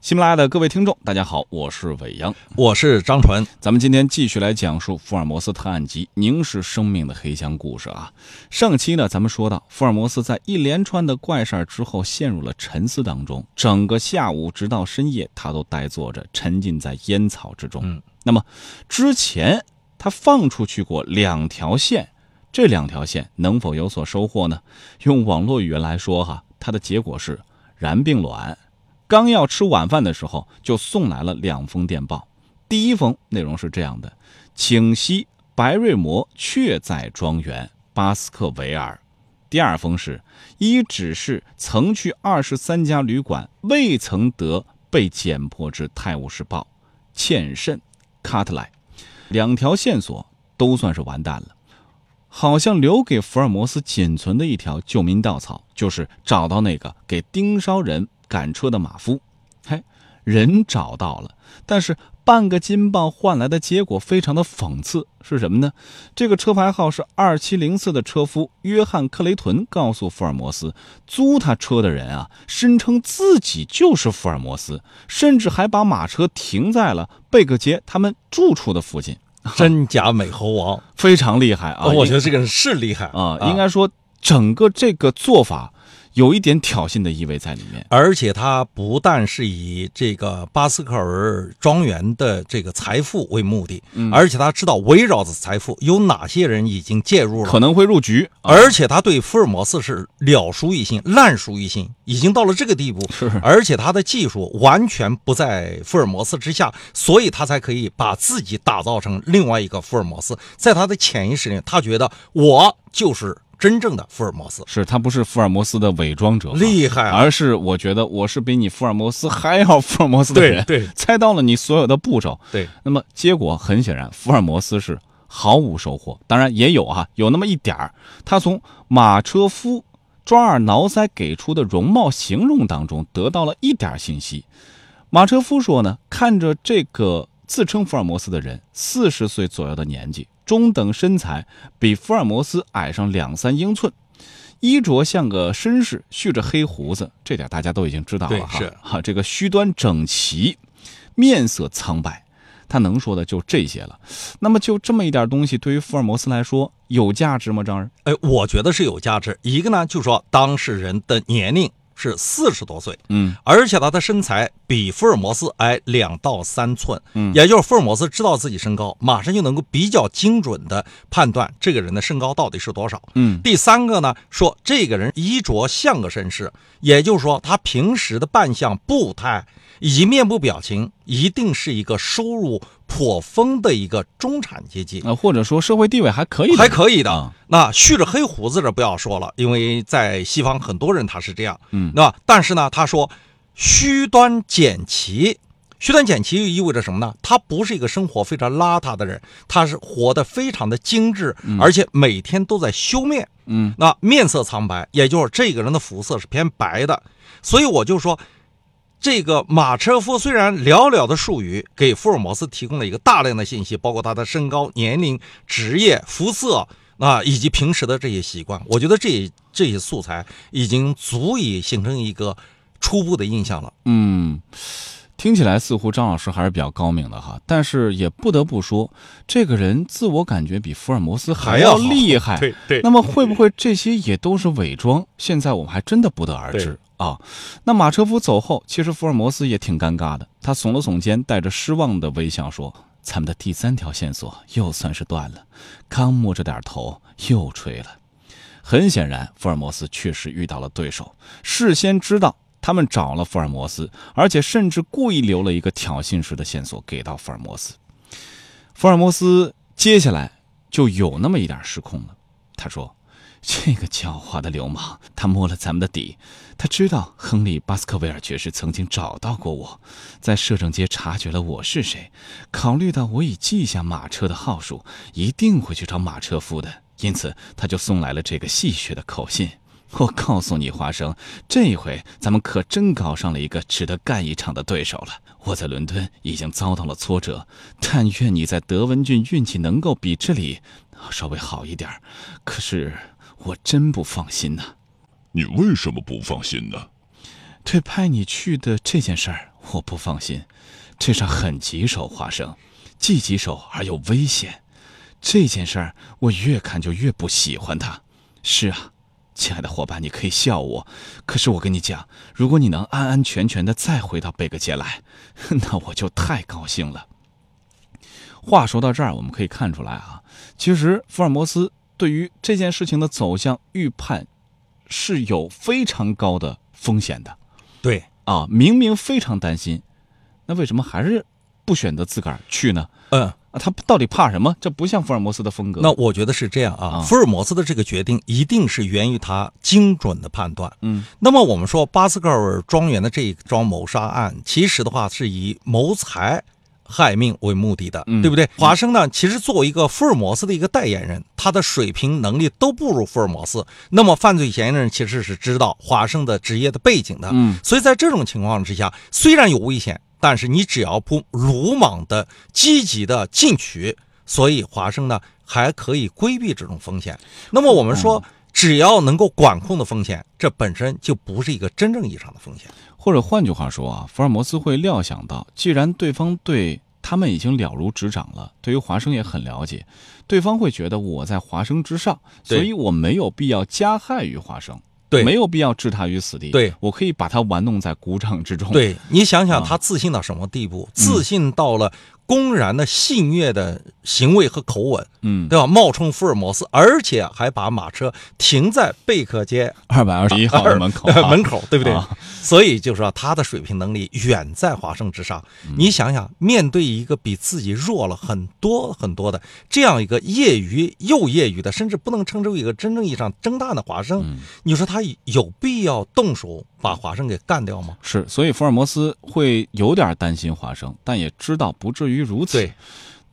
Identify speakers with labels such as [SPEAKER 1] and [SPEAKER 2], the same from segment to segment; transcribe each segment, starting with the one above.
[SPEAKER 1] 喜马拉雅的各位听众，大家好，我是伟阳。
[SPEAKER 2] 我是 张纯，
[SPEAKER 1] 咱们今天继续来讲述《福尔摩斯特案集：凝视生命的黑箱故事》啊。上期呢，咱们说到，福尔摩斯在一连串的怪事儿之后，陷入了沉思当中，整个下午直到深夜，他都呆坐着，沉浸在烟草之中。
[SPEAKER 2] 嗯
[SPEAKER 1] 那么之前他放出去过两条线，这两条线能否有所收获呢？用网络语言来说哈，它的结果是然并卵。刚要吃晚饭的时候，就送来了两封电报。第一封内容是这样的：请息白瑞摩确在庄园巴斯克维尔。第二封是一指示曾去二十三家旅馆，未曾得被检破之《泰晤士报》，欠慎卡特莱。两条线索都算是完蛋了。好像留给福尔摩斯仅存的一条救命稻草，就是找到那个给盯梢人赶车的马夫。嘿，人找到了，但是半个金棒换来的结果非常的讽刺，是什么呢？这个车牌号是二七零四的车夫约翰·克雷屯告诉福尔摩斯，租他车的人啊，声称自己就是福尔摩斯，甚至还把马车停在了贝克街他们住处的附近，
[SPEAKER 2] 真假美猴王，
[SPEAKER 1] 非常厉害啊！
[SPEAKER 2] 哦我觉得这个人是厉害
[SPEAKER 1] 啊，应，该说整个这个做法有一点挑衅的意味在里面。
[SPEAKER 2] 而且他不但是以这个巴斯克尔庄园的这个财富为目的，
[SPEAKER 1] 嗯
[SPEAKER 2] 而且他知道围绕着财富有哪些人已经介入了。
[SPEAKER 1] 可能会入局，啊
[SPEAKER 2] 而且他对福尔摩斯是了熟于心、烂熟于心，已经到了这个地步。
[SPEAKER 1] 是
[SPEAKER 2] 而且他的技术完全不在福尔摩斯之下，所以他才可以把自己打造成另外一个福尔摩斯。在他的潜意识里，他觉得我就是真正的福尔摩斯，
[SPEAKER 1] 是他不是福尔摩斯的伪装者，
[SPEAKER 2] 厉害啊！
[SPEAKER 1] 而是我觉得我是比你福尔摩斯还要福尔摩斯的人，
[SPEAKER 2] 对对
[SPEAKER 1] 猜到了你所有的步骤。
[SPEAKER 2] 对，
[SPEAKER 1] 那么结果很显然，福尔摩斯是毫无收获，当然也有啊，有那么一点儿，他从马车夫抓耳挠腮给出的容貌形容当中得到了一点儿信息。马车夫说呢，看着这个自称福尔摩斯的人，四十岁左右的年纪，中等身材，比福尔摩斯矮上两三英寸。衣着像个绅士，蓄着黑胡子，这点大家都已经知道了哈。
[SPEAKER 2] 对是
[SPEAKER 1] 哈，这个须端整齐，面色苍白，他能说的就这些了。那么就这么一点东西，对于福尔摩斯来说有价值吗？张然，
[SPEAKER 2] 哎，我觉得是有价值。一个呢，就说当事人的年龄是四十多岁，
[SPEAKER 1] 嗯，
[SPEAKER 2] 而且他的身材比福尔摩斯矮两到三寸，嗯，也就是福尔摩斯知道自己身高，马上就能够比较精准的判断这个人的身高到底是多少。
[SPEAKER 1] 嗯，
[SPEAKER 2] 第三个呢，说这个人衣着像个绅士，也就是说他平时的扮相、步态以及面部表情，一定是一个收入颇丰的一个中产阶级。
[SPEAKER 1] 呃，或者说社会地位还可以的，
[SPEAKER 2] 还可以的。
[SPEAKER 1] 啊
[SPEAKER 2] 那蓄着黑胡子的不要说了，因为在西方很多人他是这样。
[SPEAKER 1] 嗯
[SPEAKER 2] 那但是呢，他说须端简齐。须端简齐意味着什么呢？他不是一个生活非常邋遢的人，他是活得非常的精致，而且每天都在修面。
[SPEAKER 1] 嗯，
[SPEAKER 2] 那面色苍白，也就是这个人的肤色是偏白的，所以我就说，这个马车夫虽然寥寥的术语给福尔摩斯提供了一个大量的信息，包括他的身高、年龄、职业、肤色啊，以及平时的这些习惯，我觉得这这些素材已经足以形成一个初步的印象了。
[SPEAKER 1] 嗯，听起来似乎张老师还是比较高明的哈，但是也不得不说，这个人自我感觉比福尔摩斯还要
[SPEAKER 2] 还要好
[SPEAKER 1] 厉害。
[SPEAKER 2] 对
[SPEAKER 1] 那么会不会这些也都是伪装？现在我们还真的不得而知啊。那马车夫走后，其实福尔摩斯也挺尴尬的，他耸了耸肩，带着失望的微笑说：“咱们的第三条线索又算是断了。”刚摸着点头，又吹了。很显然，福尔摩斯确实遇到了对手，事先知道。他们找了福尔摩斯，而且甚至故意留了一个挑衅式的线索给到福尔摩斯。福尔摩斯接下来就有那么一点失控了。他说：“这个狡猾的流氓，他摸了咱们的底。他知道亨利·巴斯克维尔爵士曾经找到过我，在摄政街察觉了我是谁。考虑到我已记下马车的号数，一定会去找马车夫的，因此他就送来了这个戏谑的口信。” 我告诉你，花生，这回咱们可真搞上了一个值得干一场的对手了。我在伦敦已经遭到了挫折，但愿你在德文郡运气能够比这里稍微好一点儿。可是我真不放心呐、
[SPEAKER 3] 你为什么不放心呢？
[SPEAKER 1] 对派你去的这件事儿，我不放心，这事儿很棘手，华生，既棘手而又危险。这件事儿我越看就越不喜欢他。是啊，亲爱的伙伴，你可以笑我，可是我跟你讲，如果你能安安全全的再回到贝克街来， 那我就太高兴了。话说到这儿，我们可以看出来啊，其实福尔摩斯对于这件事情的走向预判是有非常高的风险的
[SPEAKER 2] 对，
[SPEAKER 1] 啊。明明非常担心，那为什么还是不选择自个儿去呢？
[SPEAKER 2] 嗯，
[SPEAKER 1] 啊，他到底怕什么？这不像福尔摩斯的风格。
[SPEAKER 2] 那我觉得是这样啊，福尔摩斯的这个决定一定是源于他精准的判断。
[SPEAKER 1] 嗯，
[SPEAKER 2] 那么我们说巴斯克尔庄园的这一桩谋杀案，其实的话是以谋财。害命为目的的，
[SPEAKER 1] 嗯
[SPEAKER 2] 对不对？华生呢，其实作为一个福尔摩斯的一个代言人，他的水平能力都不如福尔摩斯。那么犯罪嫌疑人其实是知道华生的职业的背景的，
[SPEAKER 1] 嗯，
[SPEAKER 2] 所以在这种情况之下，虽然有危险，但是你只要不鲁莽的、积极的进取，所以华生呢还可以规避这种风险。那么我们说，只要能够管控的风险，这本身就不是一个真正意义上的风险。
[SPEAKER 1] 或者换句话说啊，福尔摩斯会料想到，既然对方对他们已经了如指掌了，对于华生也很了解，对方会觉得我在华生之上，所
[SPEAKER 2] 对
[SPEAKER 1] 以我没有必要加害于华生，
[SPEAKER 2] 对
[SPEAKER 1] 没有必要置他于死地，
[SPEAKER 2] 对
[SPEAKER 1] 我可以把他玩弄在鼓掌之中，，
[SPEAKER 2] 对你想想，他自信到什么地步？自信到了公然的戏谑的行为和口吻，
[SPEAKER 1] 嗯，
[SPEAKER 2] 对吧？冒充福尔摩斯，而且还把马车停在贝克街
[SPEAKER 1] 二百二十一号的门口、
[SPEAKER 2] 呃
[SPEAKER 1] 啊，
[SPEAKER 2] 门口，对不对？
[SPEAKER 1] 啊
[SPEAKER 2] 所以就说他的水平能力远在华生之上。你想想，面对一个比自己弱了很多很多的这样一个业余又业余的，甚至不能称之为一个真正意义上睁大的华生，你说他有必要动手把华生给干掉吗？
[SPEAKER 1] 是，所以福尔摩斯会有点担心华生，但也知道不至于如此，
[SPEAKER 2] 对，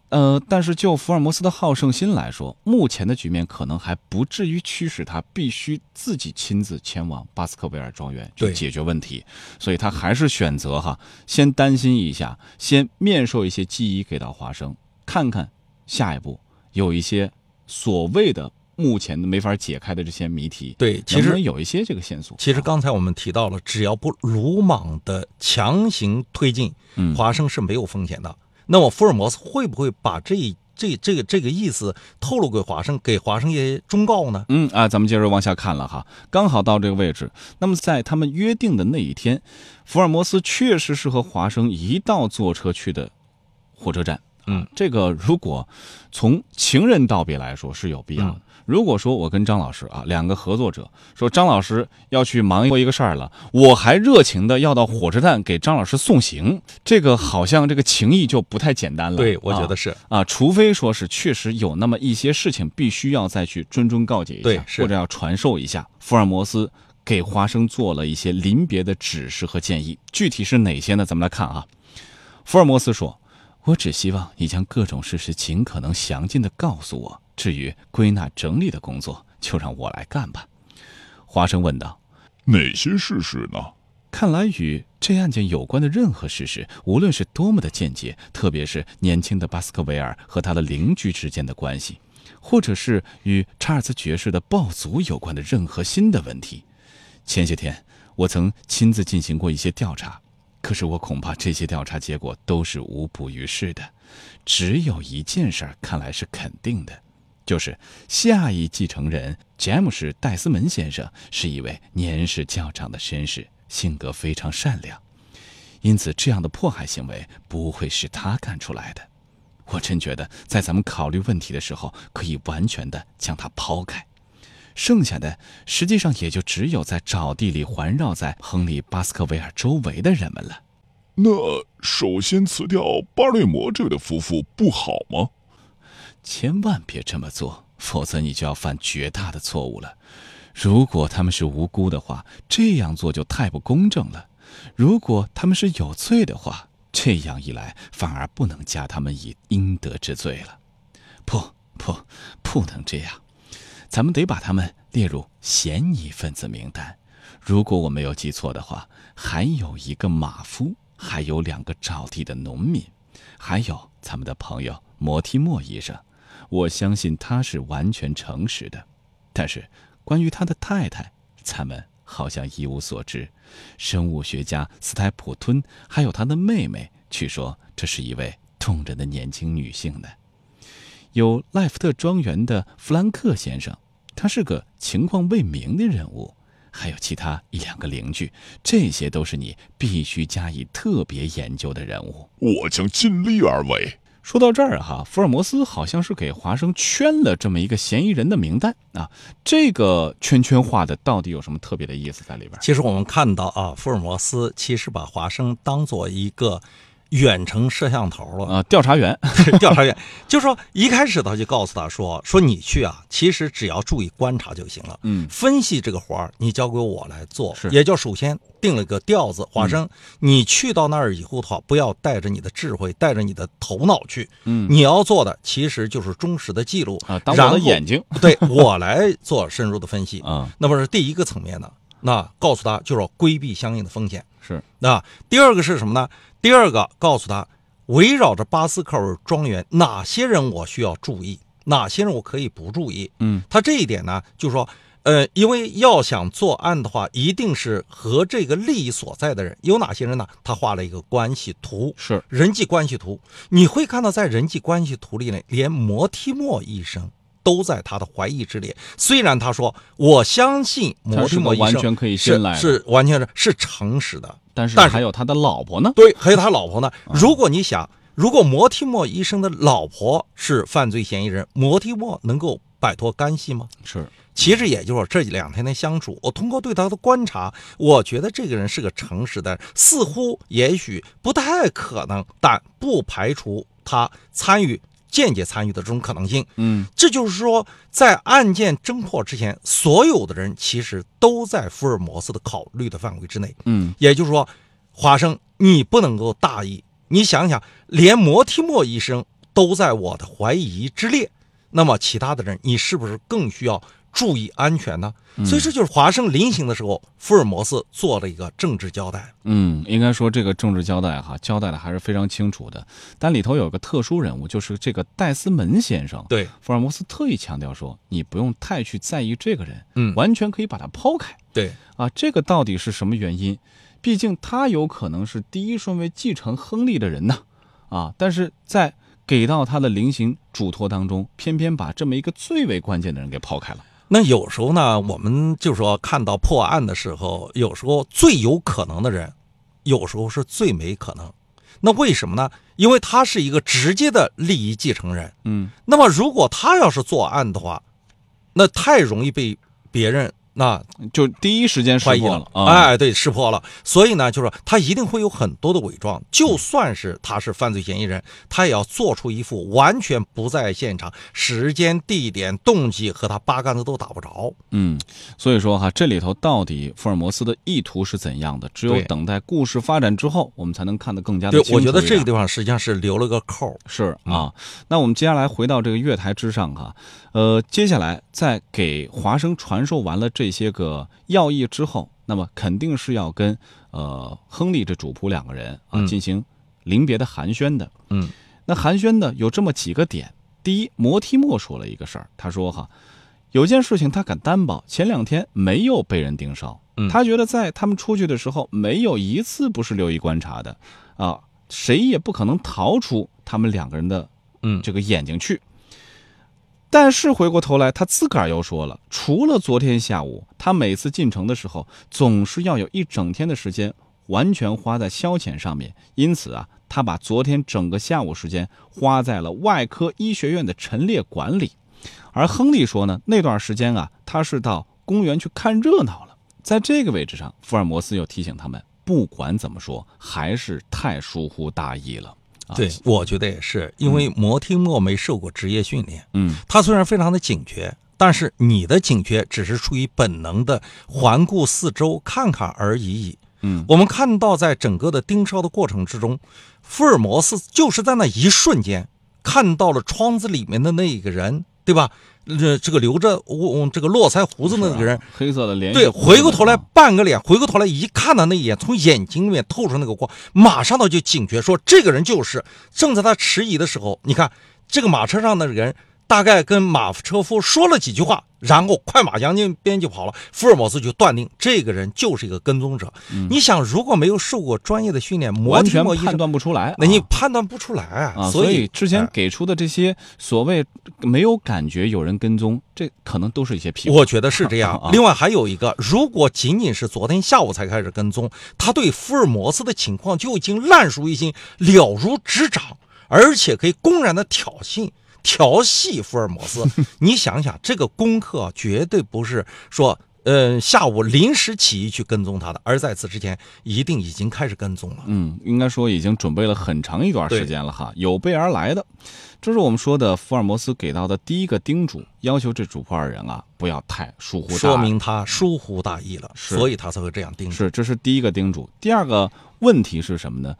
[SPEAKER 1] 呃，但是就福尔摩斯的好胜心来说，目前的局面可能还不至于驱使他必须自己亲自前往巴斯克维尔庄园去
[SPEAKER 2] 对
[SPEAKER 1] 解决问题，所以他还是选择哈，先担心一下，先面授一些记忆给到华生，看看下一步有一些所谓的目前没法解开的这些谜题，，
[SPEAKER 2] 对，其实
[SPEAKER 1] 能不能有一些这个线索，
[SPEAKER 2] 其实刚才我们提到了，只要不鲁莽的强行推进，
[SPEAKER 1] 嗯
[SPEAKER 2] 华生是没有风险的。那么福尔摩斯会不会把这一这这个这个意思透露给华生，给华生一些忠告呢？
[SPEAKER 1] 嗯啊，咱们接着往下看了哈，刚好到这个位置。那么在他们约定的那一天，福尔摩斯确实是和华生一道坐车去的火车站。
[SPEAKER 2] 嗯，
[SPEAKER 1] 这个如果从情人道别来说是有必要
[SPEAKER 2] 嗯
[SPEAKER 1] 的。如果说我跟张老师啊两个合作者说张老师要去忙活一个事儿了，我还热情的要到火车站给张老师送行，这个好像这个情谊就不太简单了。
[SPEAKER 2] 对，我
[SPEAKER 1] 啊
[SPEAKER 2] 觉得是。
[SPEAKER 1] 啊，除非说是确实有那么一些事情必须要再去谆谆告诫一
[SPEAKER 2] 对
[SPEAKER 1] 下，
[SPEAKER 2] 是
[SPEAKER 1] 或者要传授一下。福尔摩斯给华生做了一些临别的指示和建议，具体是哪些呢？咱们来看啊。福尔摩斯说：“我只希望你将各种事实尽可能详尽地告诉我，至于归纳整理的工作，就让我来干吧。”华生问道
[SPEAKER 3] 哪些事实呢？：“
[SPEAKER 1] 看来与这案件有关的任何事实，无论是多么的间接，特别是年轻的巴斯克维尔和他的邻居之间的关系，或者是与查尔斯爵士的暴族有关的任何新的问题。前些天我曾亲自进行过一些调查，可是我恐怕这些调查结果都是无补于事的。只有一件事儿看来是肯定的，就是下一继承人詹姆士·戴斯门先生是一位年事较长的绅士，性格非常善良，因此这样的迫害行为不会是他干出来的。我真觉得，在咱们考虑问题的时候，可以完全的将它抛开。剩下的实际上也就只有在沼地里环绕在亨利·巴斯克维尔周围的人们了。
[SPEAKER 3] 那首先辞掉巴瑞摩这对夫妇不好吗？
[SPEAKER 1] 千万别这么做，否则你就要犯绝大的错误了。如果他们是无辜的话，这样做就太不公正了；如果他们是有罪的话，这样一来反而不能加他们以应得之罪了。不不，不能这样，咱们得把他们列入嫌疑分子名单。如果我没有记错的话，还有一个马夫，还有两个沼地的农民，还有咱们的朋友摩提莫医生。我相信他是完全诚实的，但是关于他的太太，咱们好像一无所知。生物学家斯泰普吞还有他的妹妹却说，这是一位动人的年轻女性呢。有赖福特庄园的弗兰克先生，他是个情况未明的人物，还有其他一两个邻居，这些都是你必须加以特别研究的人物。
[SPEAKER 3] 我将尽力而为。
[SPEAKER 1] 说到这儿哈、福尔摩斯好像是给华生圈了这么一个嫌疑人的名单啊，这个圈圈画的到底有什么特别的意思在里边？
[SPEAKER 2] 其实我们看到啊，福尔摩斯其实把华生当做一个远程摄像头了，
[SPEAKER 1] 啊，调查员
[SPEAKER 2] 调查员，就说一开始他就告诉他说说你去啊，其实只要注意观察就行了，
[SPEAKER 1] 嗯，
[SPEAKER 2] 分析这个活儿你交给我来做，
[SPEAKER 1] 是嗯
[SPEAKER 2] 也就首先定了个调子。华生，你去到那儿以后的话，不要带着你的智慧，带着你的头脑去，
[SPEAKER 1] 嗯，
[SPEAKER 2] 你要做的其实就是忠实的记录
[SPEAKER 1] 啊，当我的，眼
[SPEAKER 2] 然
[SPEAKER 1] 睛
[SPEAKER 2] 后对我来做深入的分析。
[SPEAKER 1] 啊，
[SPEAKER 2] 那么是第一个层面呢，那告诉他就是要规避相应的风险。
[SPEAKER 1] 是
[SPEAKER 2] 那第二个是什么呢？第二个告诉他，围绕着巴斯克尔庄园，哪些人我需要注意，哪些人我可以不注意。
[SPEAKER 1] 嗯，
[SPEAKER 2] 他这一点呢，就是说，呃，因为要想作案的话，一定是和这个利益所在的人有哪些人呢？他画了一个关系图，
[SPEAKER 1] 是
[SPEAKER 2] 人际关系图，你会看到在人际关系图里呢，连摩提莫医生都在他的怀疑之列。虽然他说我相信摩
[SPEAKER 1] 他
[SPEAKER 2] 提
[SPEAKER 1] 是个
[SPEAKER 2] 莫医生
[SPEAKER 1] 完全可以信赖的
[SPEAKER 2] 是是完全是是诚实的，
[SPEAKER 1] 但是
[SPEAKER 2] 但是
[SPEAKER 1] 还有他的老婆呢，
[SPEAKER 2] 对，还有他老婆呢。如果你想，如果摩提莫医生的老婆是犯罪嫌疑人，摩提莫能够摆脱干系吗？
[SPEAKER 1] 是
[SPEAKER 2] 其实也就是这两天的相处，我通过对他的观察，我觉得这个人是个诚实的人，似乎也许不太可能，但不排除他参与间接参与的这种可能性。
[SPEAKER 1] 嗯，
[SPEAKER 2] 这就是说，在案件侦破之前，所有的人其实都在福尔摩斯的考虑的范围之内。
[SPEAKER 1] 嗯，
[SPEAKER 2] 也就是说，华生，你不能够大意。你想想，连摩提莫医生都在我的怀疑之列，那么其他的人，你是不是更需要注意安全呢？所以这就是华生临行的时候，福尔摩斯做了一个政治交代。
[SPEAKER 1] 嗯，应该说这个政治交代哈，交代的还是非常清楚的。但里头有个特殊人物，就是这个戴斯门先生。
[SPEAKER 2] 对，
[SPEAKER 1] 福尔摩斯特意强调说，你不用太去在意这个人，
[SPEAKER 2] 嗯
[SPEAKER 1] 完全可以把他抛开
[SPEAKER 2] 对，
[SPEAKER 1] 啊。这个到底是什么原因？毕竟他有可能是第一顺位继承亨利的人呢，啊，但是在给到他的临行嘱托当中，偏偏把这么一个最为关键的人给抛开了。
[SPEAKER 2] 那有时候呢，我们就说看到破案的时候，有时候最有可能的人，有时候是最没可能。那为什么呢？因为他是一个直接的利益继承人。
[SPEAKER 1] 嗯，
[SPEAKER 2] 那么如果他要是作案的话，那太容易被别人那
[SPEAKER 1] 嗯就第一时间识
[SPEAKER 2] 怀疑
[SPEAKER 1] 破了啊。
[SPEAKER 2] 哎，对，识破了。所以呢，就是他一定会有很多的伪装，就算是他是犯罪嫌疑人，他也要做出一副完全不在现场，时间、地点、动机和他八竿子都打不着。
[SPEAKER 1] 嗯，所以说哈，这里头到底福尔摩斯的意图是怎样的？只有
[SPEAKER 2] 对
[SPEAKER 1] 等待故事发展之后，我们才能看得更加的
[SPEAKER 2] 对
[SPEAKER 1] 啊清，楚。
[SPEAKER 2] 我觉得这个地方实际上是留了个扣儿。
[SPEAKER 1] 是啊。那我们接下来回到这个月台之上哈，呃，接下来在给华生传授完了这些个要义之后，那么肯定是要跟呃亨利这主仆两个人啊
[SPEAKER 2] 嗯
[SPEAKER 1] 进行临别的寒暄的。
[SPEAKER 2] 嗯，
[SPEAKER 1] 那寒暄呢有这么几个点，第一，摩提莫说了一个事儿，他说哈，有件事情他敢担保，前两天没有被人盯梢，
[SPEAKER 2] 嗯
[SPEAKER 1] 他觉得在他们出去的时候，没有一次不是留意观察的，啊，谁也不可能逃出他们两个人的
[SPEAKER 2] 嗯
[SPEAKER 1] 这个眼睛去。但是回过头来，他自个儿又说了，除了昨天下午，他每次进城的时候，总是要有一整天的时间完全花在消遣上面。因此啊，他把昨天整个下午时间花在了外科医学院的陈列馆里。而亨利说呢，那段时间啊，他是到公园去看热闹了。在这个位置上，福尔摩斯又提醒他们，不管怎么说，还是太疏忽大意了。啊
[SPEAKER 2] 对，我觉得也是，因为摩提莫没受过职业训练，
[SPEAKER 1] 嗯，
[SPEAKER 2] 他虽然非常的警觉，但是你的警觉只是出于本能的环顾四周看看而已。
[SPEAKER 1] 嗯，
[SPEAKER 2] 我们看到在整个的盯梢的过程之中，福尔摩斯就是在那一瞬间看到了窗子里面的那个人，对吧？呃这这个留着我这个络腮胡子的那个人
[SPEAKER 1] 是啊，黑色的连衣
[SPEAKER 2] 对，
[SPEAKER 1] 裤
[SPEAKER 2] 回过头来
[SPEAKER 1] 啊
[SPEAKER 2] 半个脸，回过头来一看到那一眼，从眼睛里面透出那个光，马上他就警觉，说这个人就是。正在他迟疑的时候，你看这个马车上的人大概跟马车夫说了几句话，然后快马扬进边就跑了。福尔摩斯就断定这个人就是一个跟踪者。你想，如果没有受过专业的训练，
[SPEAKER 1] 嗯
[SPEAKER 2] 摩
[SPEAKER 1] 完
[SPEAKER 2] 天
[SPEAKER 1] 全
[SPEAKER 2] 摩医
[SPEAKER 1] 判
[SPEAKER 2] 生，
[SPEAKER 1] 断不出来啊。
[SPEAKER 2] 那你判断不出来
[SPEAKER 1] 啊，
[SPEAKER 2] 所
[SPEAKER 1] 所以之前
[SPEAKER 2] 哎
[SPEAKER 1] 给出的这些所谓没有感觉有人跟踪，这可能都是一些屁话。
[SPEAKER 2] 我觉得是这样
[SPEAKER 1] 啊。
[SPEAKER 2] 另外还有一个，如果仅仅是昨天下午才开始跟踪，他对福尔摩斯的情况就已经烂熟于心，了如指掌，而且可以公然的挑衅。调戏福尔摩 斯，你想想，这个功课啊绝对不是说，呃，下午临时起意去跟踪他的，而在此之前，一定已经开始跟踪了。
[SPEAKER 1] 嗯，应该说已经准备了很长一段时间了哈，有备而来的。这是我们说的福尔摩斯给到的第一个叮嘱，要求这主仆二人啊不要太疏忽嗯大
[SPEAKER 2] 说
[SPEAKER 1] 意。
[SPEAKER 2] 明他疏忽大意了，
[SPEAKER 1] 是
[SPEAKER 2] 所以他才会这样盯着。
[SPEAKER 1] 是，这是第一个叮嘱。第二个问题是什么呢？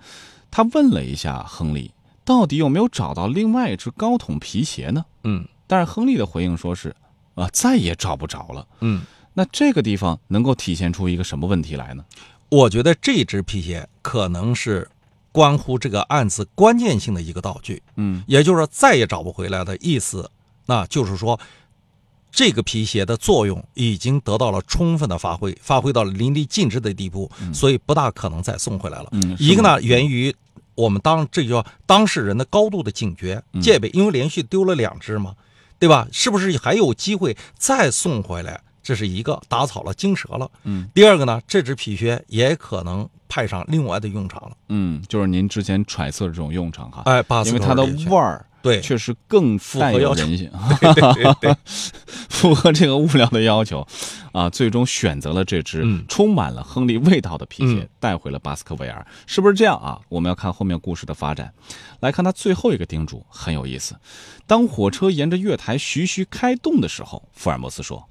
[SPEAKER 1] 他问了一下亨利，到底有没有找到另外一只高筒皮鞋呢？
[SPEAKER 2] 嗯
[SPEAKER 1] 但是亨利的回应说是，啊、再也找不着了。
[SPEAKER 2] 嗯，
[SPEAKER 1] 那这个地方能够体现出一个什么问题来呢？
[SPEAKER 2] 我觉得这只皮鞋可能是关乎这个案子关键性的一个道具，
[SPEAKER 1] 嗯
[SPEAKER 2] 也就是说再也找不回来的意思。那就是说，这个皮鞋的作用已经得到了充分的发挥，发挥到了淋漓尽致的地步，所以不大可能再送回来了。
[SPEAKER 1] 嗯，
[SPEAKER 2] 一个
[SPEAKER 1] 是吗，
[SPEAKER 2] 呢，源于我们当这就叫当事人的高度的警觉
[SPEAKER 1] 嗯
[SPEAKER 2] 戒备，因为连续丢了两只嘛，对吧？是不是还有机会再送回来？这是一个打草了惊蛇了。
[SPEAKER 1] 嗯，
[SPEAKER 2] 第二个呢，这只皮靴也可能派上另外的用场了。
[SPEAKER 1] 嗯，就是您之前揣测的这种用场哈，
[SPEAKER 2] 哎，巴斯
[SPEAKER 1] 因为
[SPEAKER 2] 克
[SPEAKER 1] 它的
[SPEAKER 2] 尔猎犬
[SPEAKER 1] 腕儿
[SPEAKER 2] 对
[SPEAKER 1] 确实更
[SPEAKER 2] 符
[SPEAKER 1] 带
[SPEAKER 2] 合
[SPEAKER 1] 有
[SPEAKER 2] 要求
[SPEAKER 1] 人 性， 符合这个物料的要求，啊，最终选择了这只
[SPEAKER 2] 嗯
[SPEAKER 1] 充满了亨利味道的皮鞋
[SPEAKER 2] 嗯，
[SPEAKER 1] 带回了巴斯克维尔，是不是这样啊？我们要看后面故事的发展，来看他最后一个叮嘱很有意思。当火车沿着月台徐徐开动的时候，福尔摩斯说。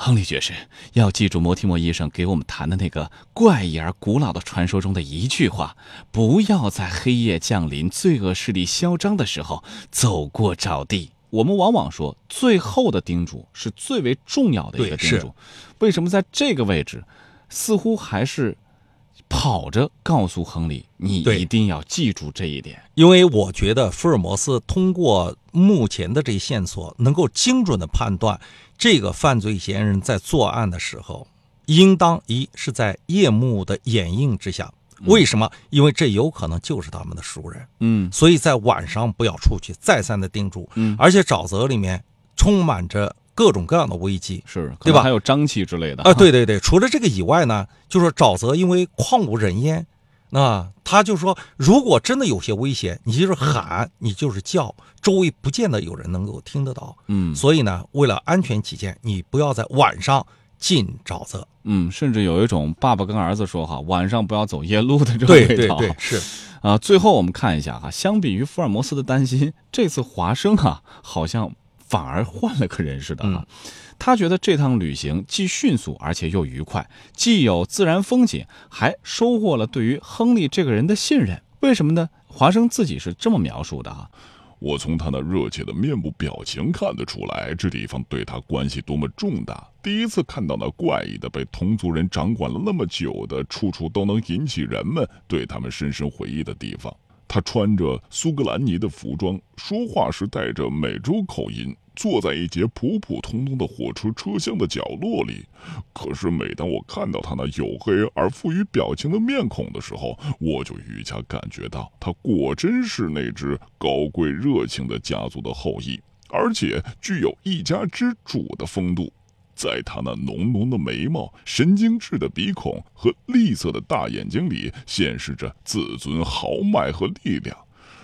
[SPEAKER 1] 亨利爵士，要记住摩提莫医生给我们谈的那个怪异而古老的传说中的一句话：不要在黑夜降临、罪恶势力嚣张的时候走过沼地。我们往往说，最后的叮嘱是最为重要的一个
[SPEAKER 2] 对
[SPEAKER 1] 叮
[SPEAKER 2] 是
[SPEAKER 1] 嘱。为什么在这个位置，似乎还是跑着告诉亨利，你
[SPEAKER 2] 对
[SPEAKER 1] 一定要记住这一点？
[SPEAKER 2] 因为我觉得福尔摩斯通过目前的这一线索，能够精准的判断这个犯罪嫌疑人在作案的时候，应当一是在夜幕的掩映之下。为什么？因为这有可能就是他们的熟人，
[SPEAKER 1] 嗯
[SPEAKER 2] 所以在晚上不要出去。再三的叮嘱，
[SPEAKER 1] 嗯，
[SPEAKER 2] 而且沼泽里面充满着各种各样的危机。
[SPEAKER 1] 是，可
[SPEAKER 2] 对
[SPEAKER 1] 能
[SPEAKER 2] 吧
[SPEAKER 1] 还有瘴气之类的
[SPEAKER 2] 啊，对对对，除了这个以外呢，就说沼泽因为旷无人烟，那他就说，如果真的有些危险，你就是喊，你就是叫，周围不见得有人能够听得到。
[SPEAKER 1] 嗯
[SPEAKER 2] 所以呢，为了安全起见，你不要在晚上进沼泽。
[SPEAKER 1] 嗯，甚至有一种爸爸跟儿子说哈，晚上不要走夜路的这种
[SPEAKER 2] 对
[SPEAKER 1] 味道。
[SPEAKER 2] 对对，是
[SPEAKER 1] 啊，最后我们看一下哈，相比于福尔摩斯的担心，这次华生啊，好像反而换了个人似的哈。
[SPEAKER 2] 嗯
[SPEAKER 1] 他觉得这趟旅行既迅速，而且又愉快，既有自然风景，还收获了对于亨利这个人的信任。为什么呢？华生自己是这么描述的哈、
[SPEAKER 3] 我从他那热切的面部表情看得出来，这地方对他关系多么重大。第一次看到那怪异的被同族人掌管了那么久的，处处都能引起人们对他们深深回忆的地方。他穿着苏格兰尼的服装，说话时带着美洲口音，坐在一节普普通通的火车车厢的角落里。可是每当我看到他那黝黑而富于表情的面孔的时候，我就愈加感觉到他果真是那只高贵热情的家族的后裔，而且具有一家之主的风度。在他那浓浓的眉毛、神经质的鼻孔和栗色的大眼睛里，显示着自尊、豪迈和力量。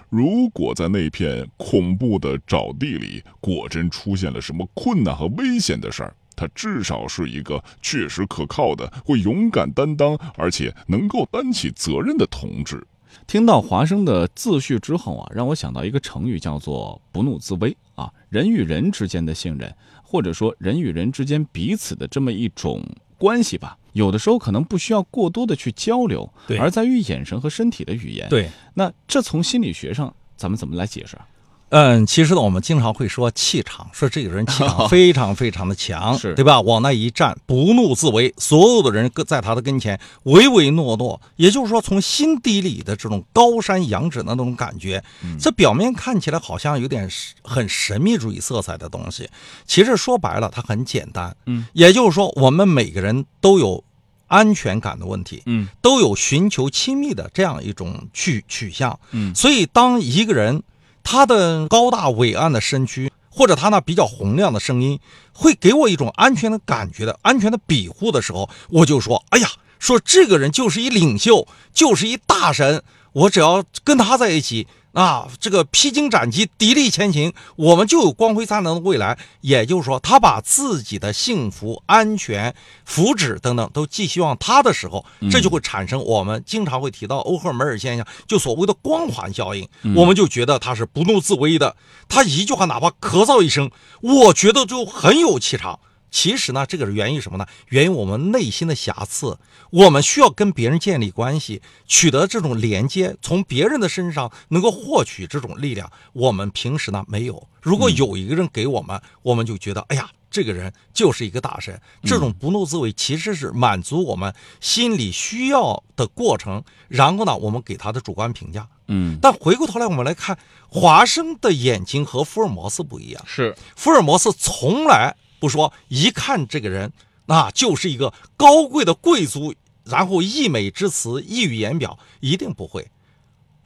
[SPEAKER 3] 如果在那片恐怖的沼地里果真出现了什么困难和危险的事儿，他至少是一个确实可靠的、会勇敢担当，而且能够担起责任的同志。
[SPEAKER 1] 听到华生的自序之后啊，让我想到一个成语，叫做“不怒自威”啊，人与人之间的信任，或者说人与人之间彼此的这么一种关系吧。有的时候可能不需要过多的去交流，
[SPEAKER 2] 对
[SPEAKER 1] 而在于眼神和身体的语言。，
[SPEAKER 2] 对。
[SPEAKER 1] 那这从心理学上咱们怎么来解释啊？
[SPEAKER 2] 嗯，其实呢，我们经常会说气场，说这个人气 场非常非常的强，
[SPEAKER 1] 是
[SPEAKER 2] 对吧？往那一站，不怒自威，所有的人跟在他的跟前唯唯诺诺，也就是说，从心底里的这种高山仰止的那种感觉，
[SPEAKER 1] 嗯
[SPEAKER 2] 这表面看起来好像有点是很神秘主义色彩的东西，其实说白了，它很简单。
[SPEAKER 1] 嗯，
[SPEAKER 2] 也就是说，我们每个人都有安全感的问题。
[SPEAKER 1] 嗯
[SPEAKER 2] 都有寻求亲密的这样一种取取向。
[SPEAKER 1] 嗯
[SPEAKER 2] 所以，当一个人他的高大伟岸的身躯，或者他那比较洪亮的声音，会给我一种安全的感觉的安全的庇护的时候，我就说：“哎呀，说这个人就是一领袖，就是一大神。我只要跟他在一起。”啊，这个披荆斩棘、砥砺前行，我们就有光辉灿烂的未来。也就是说，他把自己的幸福、安全、福祉等等都寄希望他的时候，这就会产生我们经常会提到哦欧赫梅尔现象，就所谓的光环效应。我们就觉得他是不怒自威的，他一句话哪怕咳嗽一声，我觉得就很有气场。其实呢，这个是源于什么呢？源于我们内心的瑕疵。我们需要跟别人建立关系，取得这种连接，从别人的身上能够获取这种力量。我们平时呢没有。如果有一个人给我们，我们就觉得，哎呀，这个人就是一个大神。这种不怒自威其实是满足我们心理需要的过程。然后呢，我们给他的主观评价。
[SPEAKER 1] 嗯，
[SPEAKER 2] 但回过头来，我们来看华生的眼睛和福尔摩斯不一样。
[SPEAKER 1] 是
[SPEAKER 2] 福尔摩斯从来不说一看这个人啊就是一个高贵的贵族，然后溢美之词、溢于言表，一定不会。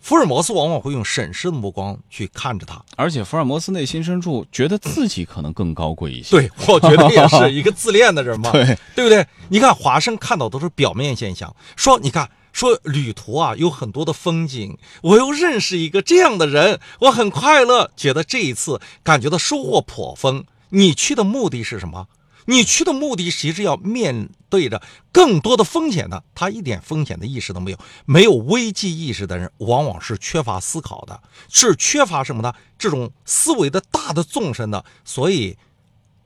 [SPEAKER 2] 福尔摩斯往往会用审视的目光去看着他。
[SPEAKER 1] 而且福尔摩斯内心深处觉得自己可能更高贵一些。
[SPEAKER 2] 对，我觉得 也是一个自恋的人嘛，
[SPEAKER 1] 对
[SPEAKER 2] 不对？你看华生看到都是表面现象，说你看。说旅途啊有很多的风景，我又认识一个这样的人，我很快乐，觉得这一次感觉到收获颇丰。你去的目的是什么？你去的目的其实要面对着更多的风险的，他一点风险的意识都没有，没有危机意识的人，往往是缺乏思考的，是缺乏什么呢？这种思维的大的纵深的，所以。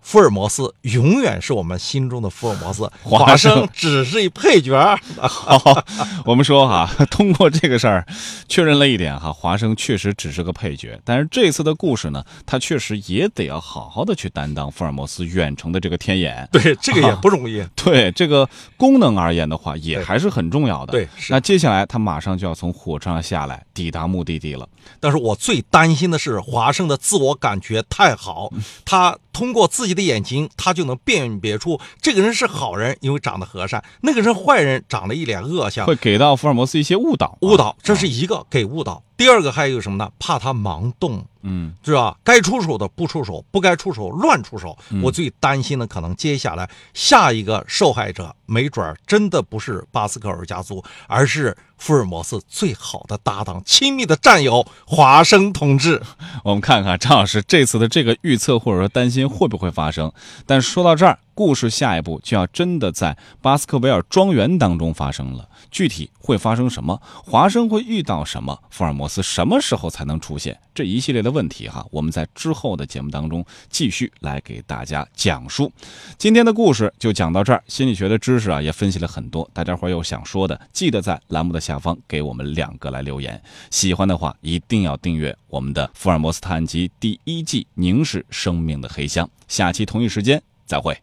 [SPEAKER 2] 福尔摩斯永远是我们心中的福尔摩斯，
[SPEAKER 1] 华
[SPEAKER 2] 华
[SPEAKER 1] 生
[SPEAKER 2] 生只是一配 角儿。
[SPEAKER 1] 好， 我们说哈，通过这个事儿确认了一点哈，华生确实只是个配角，但是这次的故事呢，他确实也得要好好的去担当福尔摩斯远程的这个天眼。
[SPEAKER 2] 对，这个
[SPEAKER 1] 啊
[SPEAKER 2] 也不容易。
[SPEAKER 1] 对这个功能而言的话，也还是很重要的。
[SPEAKER 2] 对是
[SPEAKER 1] 那接下来他马上就要从火车上下来，抵达目的地了。
[SPEAKER 2] 但是我最担心的是华生的自我感觉太好， 他通过自己的眼睛，他就能辨别出这个人是好人，因为长得和善；那个人坏人，长得一脸恶相，
[SPEAKER 1] 会给到福尔摩斯一些误导、
[SPEAKER 2] 啊
[SPEAKER 1] 啊
[SPEAKER 2] 误。导。这是一个给误导。第二个还有什么呢？怕他盲动，
[SPEAKER 1] 嗯，
[SPEAKER 2] 是吧？该出手的不出手，不该出手乱出手。我最担心的可能接下来下一个受害者，没准儿真的不是巴斯克尔家族，而是福尔摩斯最好的搭档、亲密的战友华生同志。
[SPEAKER 1] 我们看看张老师这次的这个预测或者说担心会不会发生。但说到这儿，故事下一步就要真的在巴斯克维尔庄园当中发生了。具体会发生什么？华生会遇到什么？福尔摩斯什么时候才能出现？这一系列的问题哈，我们在之后的节目当中继续来给大家讲述。今天的故事就讲到这儿，心理学的知识啊也分析了很多，大家伙儿有想说的，记得在栏目的下方给我们两个来留言。喜欢的话，一定要订阅我们的《福尔摩斯探案集》第一季《凝视生命的黑箱》。下期同一时间再会。